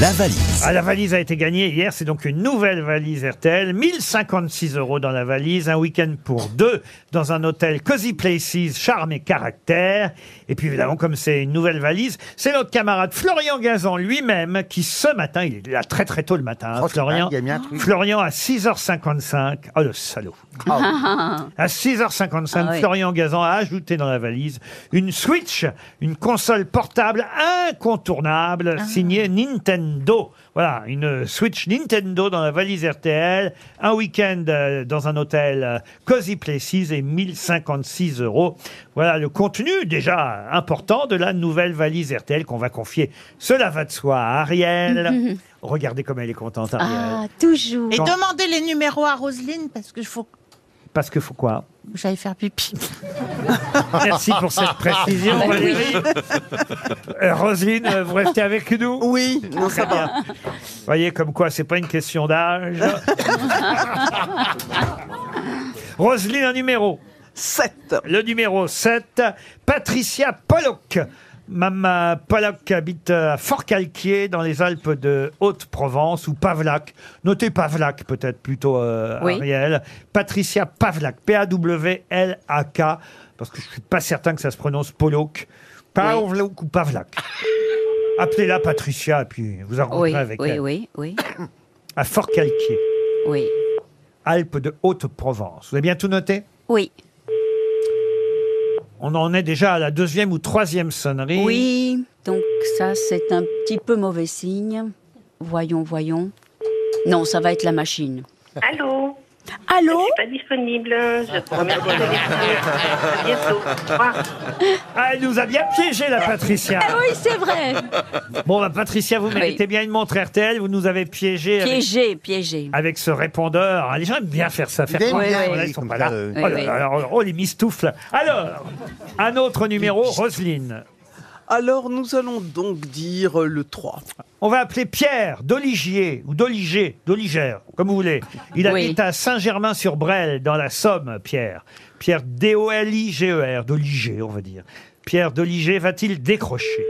La valise. Ah, la valise a été gagnée hier, c'est donc une nouvelle valise RTL. 1056 euros dans la valise, un week-end pour deux dans un hôtel Cozy Places, charme et caractère. Et puis évidemment, comme c'est une nouvelle valise, c'est notre camarade Florian Gazan lui-même qui ce matin, il est là très très tôt le matin, hein, Oh, c'est Florian. dingue, il a mis un truc. Florian à 6h55. Oh le salaud. Ah, À 6h55, Ah oui. Florian Gazan a ajouté dans la valise une Switch, une console portable incontournable Ah. signée Nintendo. Voilà, une Switch Nintendo dans la valise RTL, un week-end euh, dans un hôtel euh, Cozy Places et 1056 euros. Voilà le contenu déjà important de la nouvelle valise RTL qu'on va confier. Cela va de soi à Ariel. Regardez comme elle est contente, Ariel. Ah, toujours. Et Quand- demandez les numéros à Roselyne parce que faut que Parce que faut quoi j'aille faire pipi. Ah, Merci pour cette précision, Valérie. Euh, Roselyne, euh, vous restez avec nous Oui, non, ça va. Voyez comme quoi, c'est pas une question d'âge. Roselyne, un numéro. 7. Le numéro 7, Patricia Pollock. Maman Pollock habite à Fort-Calquier, dans les Alpes de Haute-Provence, ou Pavlac. Notez Pavlac, peut-être plutôt, euh, Oui. Ariel. Patricia Pavlac, P-A-W-L-A-K, parce que je suis pas certain que ça se prononce Pollock. Pavlok ou Pavlac. Appelez-la Patricia, et puis vous en Oui, rencontrez avec oui, elle. oui, oui, À Fort-Calquier, oui, Alpes de Haute-Provence. Vous avez bien tout noté oui, On en est déjà à la deuxième ou troisième sonnerie. oui. Donc ça, c'est un petit peu mauvais signe. Voyons, voyons. Non, ça va être la machine. Allô Allô Pas disponible. Je vous remercie. À bientôt. Au revoir. Ah, elle nous a bien piégé, la Patricia. Oui, c'est vrai. Bon, bah, Patricia, vous méritez bien une montre RTL. Vous nous avez piégé avec, Piégé, piégé. avec ce répondeur. Ah, Les gens aiment bien faire ça. Faire Ils aiment croire bien, que oui, là, ils sont comme pas ça, là. euh, Oh, là oui. là, alors, oh, les mistoufles. Alors, un autre numéro, Roselyne. Alors, nous allons donc dire euh, le 3. On va appeler Pierre d'Oligier, ou d'Oliger, d'Oligère, comme vous voulez. Il Oui. habite à Saint-Germain-sur-Brel, dans la Somme, Pierre. Pierre D-O-L-I-G-E-R, d'Oliger, E on va dire. Pierre d'Oliger va-t-il décrocher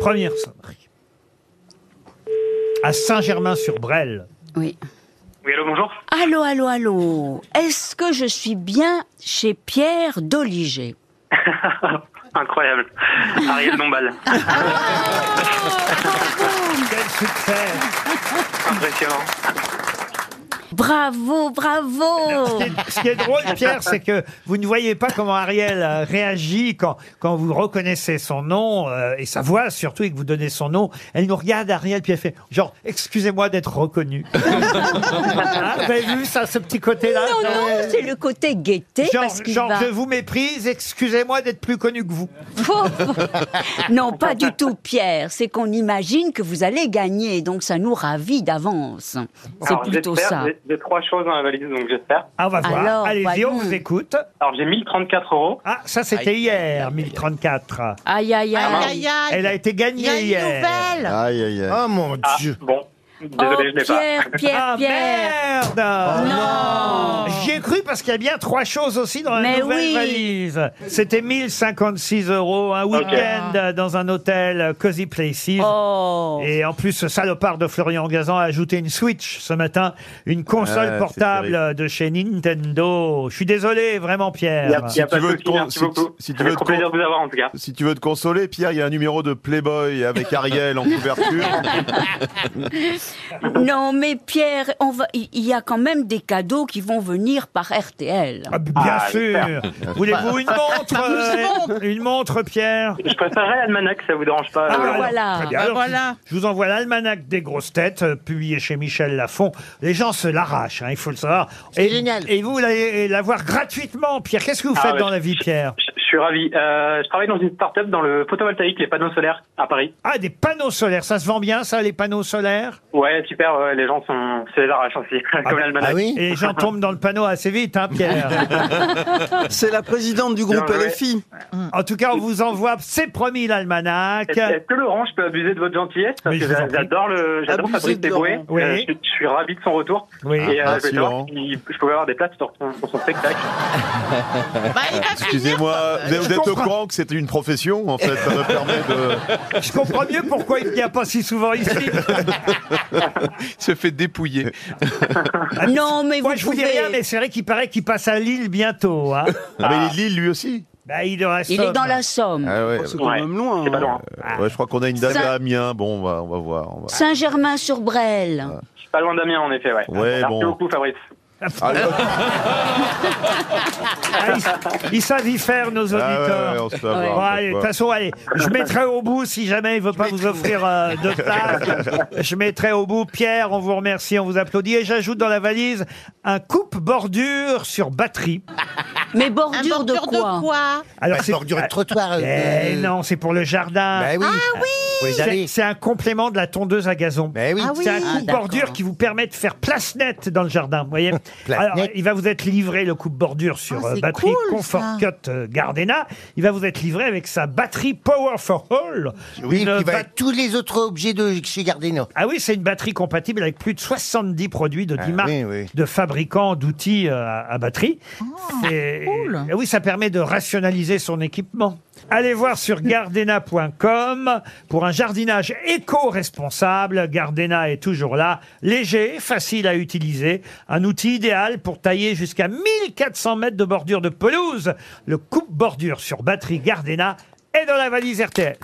Première sonnerie. À Saint-Germain-sur-Brel. Oui. Oui, allô, bonjour. Allô, allô, allô. Est-ce que je suis bien chez Pierre Doliger Incroyable. Ariel Dombal. Quel succès Impressionnant. Bravo, bravo. Ce qui est- Ce qui est drôle, Pierre, c'est que vous ne voyez pas comment Ariel euh, réagit quand, quand vous reconnaissez son nom euh, et sa voix, surtout, et que vous donnez son nom. Elle nous regarde, Ariel, puis elle fait genre, excusez-moi d'être reconnue. Hein, vous avez vu ça, ce petit côté-là Non, non, c'est le côté gaieté Genre, parce qu'il genre, va. je vous méprise, excusez-moi d'être plus connu que vous. non, pas du tout, Pierre. C'est qu'on imagine que vous allez gagner, donc ça nous ravit d'avance. C'est Alors, plutôt j'espère, ça. j'ai- J'ai trois choses dans la valise, donc j'espère. Ah, on va voir. Alors, Allez-y, on voyons. vous écoute. Alors, j'ai 1034 euros. Ah, ça, c'était hier, 1034. Aïe, aïe, aïe. Aïe, aïe, aïe. Elle a été euh, Il gagnée y a une hier. nouvelle. Aïe, aïe, aïe. Oh mon Ah, bon. Ah, Désolé, je oh, n'ai pas. Pierre, Pierre, Ah, Pierre. merde Non. Oh. J'y ai cru parce qu'il y a bien trois choses aussi dans la Mais nouvelle oui. valise. C'était 1056 euros, un week-end dans un hôtel Cozy Places. Ah. Oh. Et en plus, ce salopard de Florian Gazan a ajouté une Switch ce matin, une console Ah, c'est portable de chez Nintendo. Je suis désolé, vraiment, Il y a, Pierre. il y a Si pas tu de veux souci, te con- merci si- beaucoup. si tu Ça fait veux te trop plaisir de vous avoir, en tout cas. Si tu veux te consoler, Pierre, il y a un numéro de Playboy avec Ariel en couverture. Non, mais Pierre, on va... il il y a quand même des cadeaux qui vont venir par RTL. Ah, bien Ah, sûr. Voulez-vous une montre, euh, une montre, Pierre Je préférerais Almanac, ça vous dérange pas. Ah, euh, voilà. Très bien. Ah, Alors, voilà. Je vous envoie l'almanach des grosses têtes, euh, publié chez Michel Lafon. Les gens se l'arrachent, hein, il faut le savoir. Et, génial. Et vous vous allez l'avoir gratuitement, Pierre. Qu'est-ce que vous Ah, faites ouais. dans la vie, Pierre Je je suis ravi. Euh, je travaille dans une start-up dans le photovoltaïque, les panneaux solaires à Paris. Ah, des panneaux solaires. Ça se vend bien, ça, les panneaux solaires Ouais, super. ouais, les gens sont. C'est les arraches aussi, Ah, comme Ah l'Almanac. Et les gens tombent dans le panneau assez vite, hein, Pierre C'est la présidente du groupe Bien joué. LFI. En tout cas, on vous envoie, c'est promis, l'almanach. Est-ce est-ce que Laurent, je peux abuser de votre gentillesse ah, Mais Parce je que vous en j'a- prie. j'adore le, j'adore Abusez Fabrice de Déboué. Laurent. Oui. Euh, je, je suis ravi de son retour. Oui. Et Ah, euh, je merci, vais savoir Laurent. si je pouvais avoir des places pour, son- pour son spectacle. Bah, il va finir. Excusez-moi, vous êtes- vous je êtes au comprends. courant que c'est une profession, en fait. Ça me permet de. Je comprends mieux pourquoi il n'y a pas si souvent ici. se fait dépouiller. Non, mais bah, Moi, vous je vous dis pouvez. rien, mais c'est vrai qu'il paraît qu'il passe à Lille bientôt. Hein. Ah, mais il est de Lille, lui aussi Bah, il aura Il est dans la Somme. ah ouais, C'est bah, quand Euh, Ouais. même loin. C'est pas hein. loin. ouais, je crois qu'on a une date Ça- à Amiens. Bon, on va, on va voir. on va- Saint-Germain-sur-Brel. Je suis pas loin d'Amiens, en effet, ouais. Ouais, Merci bon. beaucoup, Fabrice. Allez, hop. Ah, ils, ils savent y faire, nos auditeurs. Ah ouais, ouais, on se fait avoir, Bon, Ouais. on se fait allez, de toute avoir. façon, allez, je mettrai au bout si jamais il veut pas vous offrir euh, de place. Je mettrai au bout. Pierre, on vous remercie, on vous applaudit. Et j'ajoute dans la valise un coupe-bordure sur batterie. Mais Un bordure de bordure quoi, de quoi Alors, Bah, bordure de trottoir. euh, Eh de- non, c'est pour le jardin. Bah oui. Ah oui Vous les C'est- avez. C'est un complément de la tondeuse à gazon. Bah oui. Ah oui. C'est un Ah, coupe-bordure d'accord. qui vous permet de faire place nette dans le jardin, vous voyez. Place Alors, euh, nette. il va vous être livré le coupe-bordure sur Ah, euh, c'est batterie cool, Comfort ça. Cut euh, Gardena. Il va vous être livré avec sa batterie Power for All. Oui, Une qui va bat- être tous les autres objets de chez Gardino. Ah oui, c'est une batterie compatible avec plus de 70 produits de 10 Ah, marques oui, oui. de fabricants d'outils euh, à, à batterie. C'est- cool. Et oui, ça permet de rationaliser son équipement. Allez voir sur gardena.com pour un jardinage éco-responsable. Gardena est toujours là, léger, facile à utiliser, un outil idéal pour tailler jusqu'à 1400 mètres de bordure de pelouse. Le coupe-bordure sur batterie Gardena est dans la valise RTL.